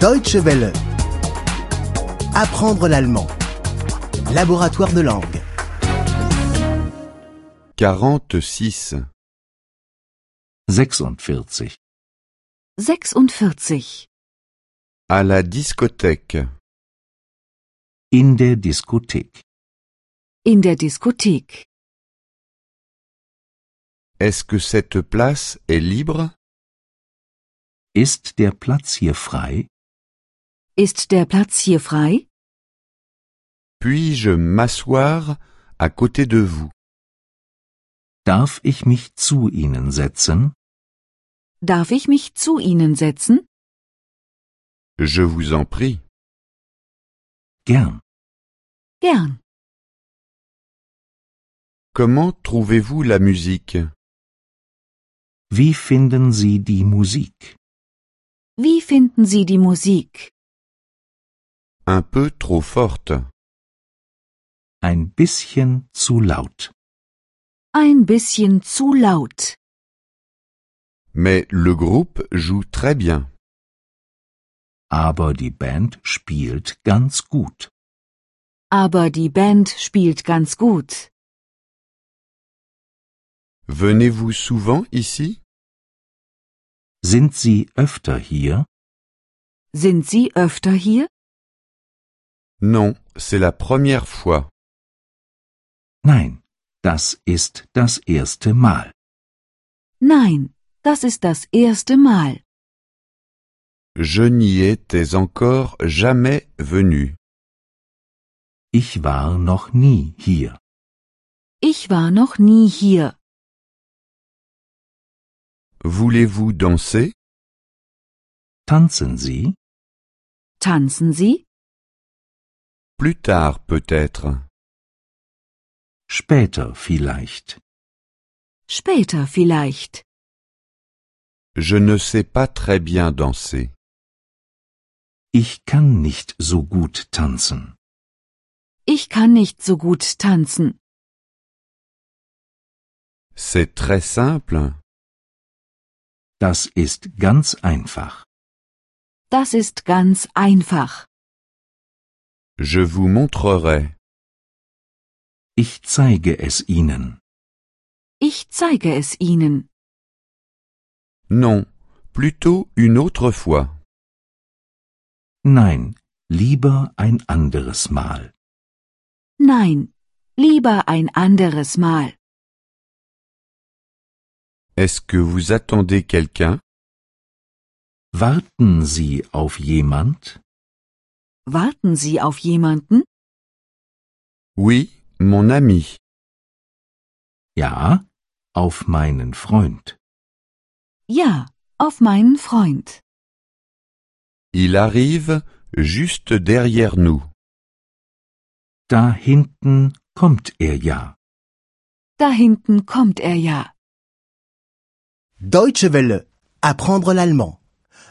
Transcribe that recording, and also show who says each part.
Speaker 1: Deutsche Welle. Apprendre l'allemand. Laboratoire de langue.
Speaker 2: 46.
Speaker 3: 46.
Speaker 4: 46.
Speaker 2: À la discothèque.
Speaker 3: In der Diskothek.
Speaker 4: In der Diskothek.
Speaker 2: Est-ce que cette place est libre
Speaker 3: Ist der Platz hier frei?
Speaker 4: Ist der Platz hier frei?
Speaker 2: Puis-je m'asseoir à côté de vous
Speaker 3: Darf ich mich zu Ihnen setzen?
Speaker 4: Darf ich mich zu Ihnen setzen?
Speaker 2: Je vous en prie.
Speaker 3: Gern.
Speaker 4: Gern.
Speaker 2: Comment trouvez-vous la musique
Speaker 3: Wie finden Sie die Musik?
Speaker 4: Wie finden Sie die Musik?
Speaker 2: Un peu trop forte.
Speaker 3: Ein bisschen zu laut.
Speaker 4: Ein bisschen zu laut.
Speaker 2: Mais le groupe joue très bien.
Speaker 3: Aber die Band spielt ganz gut.
Speaker 4: Aber die Band spielt ganz gut.
Speaker 2: Venez-vous souvent ici
Speaker 3: Sind Sie öfter hier?
Speaker 4: Sind Sie öfter hier?
Speaker 2: Non, c'est la première fois.
Speaker 3: Nein, das ist das erste Mal.
Speaker 4: Nein, das ist das erste Mal.
Speaker 2: Je n'y étais encore jamais venu.
Speaker 3: Ich war noch nie hier.
Speaker 4: Ich war noch nie hier.
Speaker 2: Voulez-vous danser
Speaker 3: Tanzen Sie?
Speaker 4: Tanzen Sie?
Speaker 2: Plus tard peut-être.
Speaker 3: Später vielleicht.
Speaker 4: Später vielleicht.
Speaker 2: Je ne sais pas très bien danser.
Speaker 3: Ich kann nicht so gut tanzen.
Speaker 4: Ich kann nicht so gut tanzen.
Speaker 2: C'est très simple.
Speaker 3: Das ist ganz einfach.
Speaker 4: Das ist ganz einfach.
Speaker 2: Je vous montrerai.
Speaker 3: Ich zeige es Ihnen.
Speaker 4: Ich zeige es Ihnen.
Speaker 2: Non, plutôt une autre fois.
Speaker 3: Nein, lieber ein anderes Mal.
Speaker 4: Nein, lieber ein anderes Mal.
Speaker 2: Est-ce que vous attendez quelqu'un
Speaker 3: Warten Sie auf jemand?
Speaker 4: Warten Sie auf jemanden?
Speaker 2: Oui, mon ami.
Speaker 3: Ja, auf meinen Freund.
Speaker 4: Ja, auf meinen Freund.
Speaker 2: Il arrive juste derrière nous.
Speaker 3: Da hinten kommt er ja.
Speaker 4: Da hinten kommt er ja.
Speaker 1: Deutsche Welle. Apprendre l'allemand.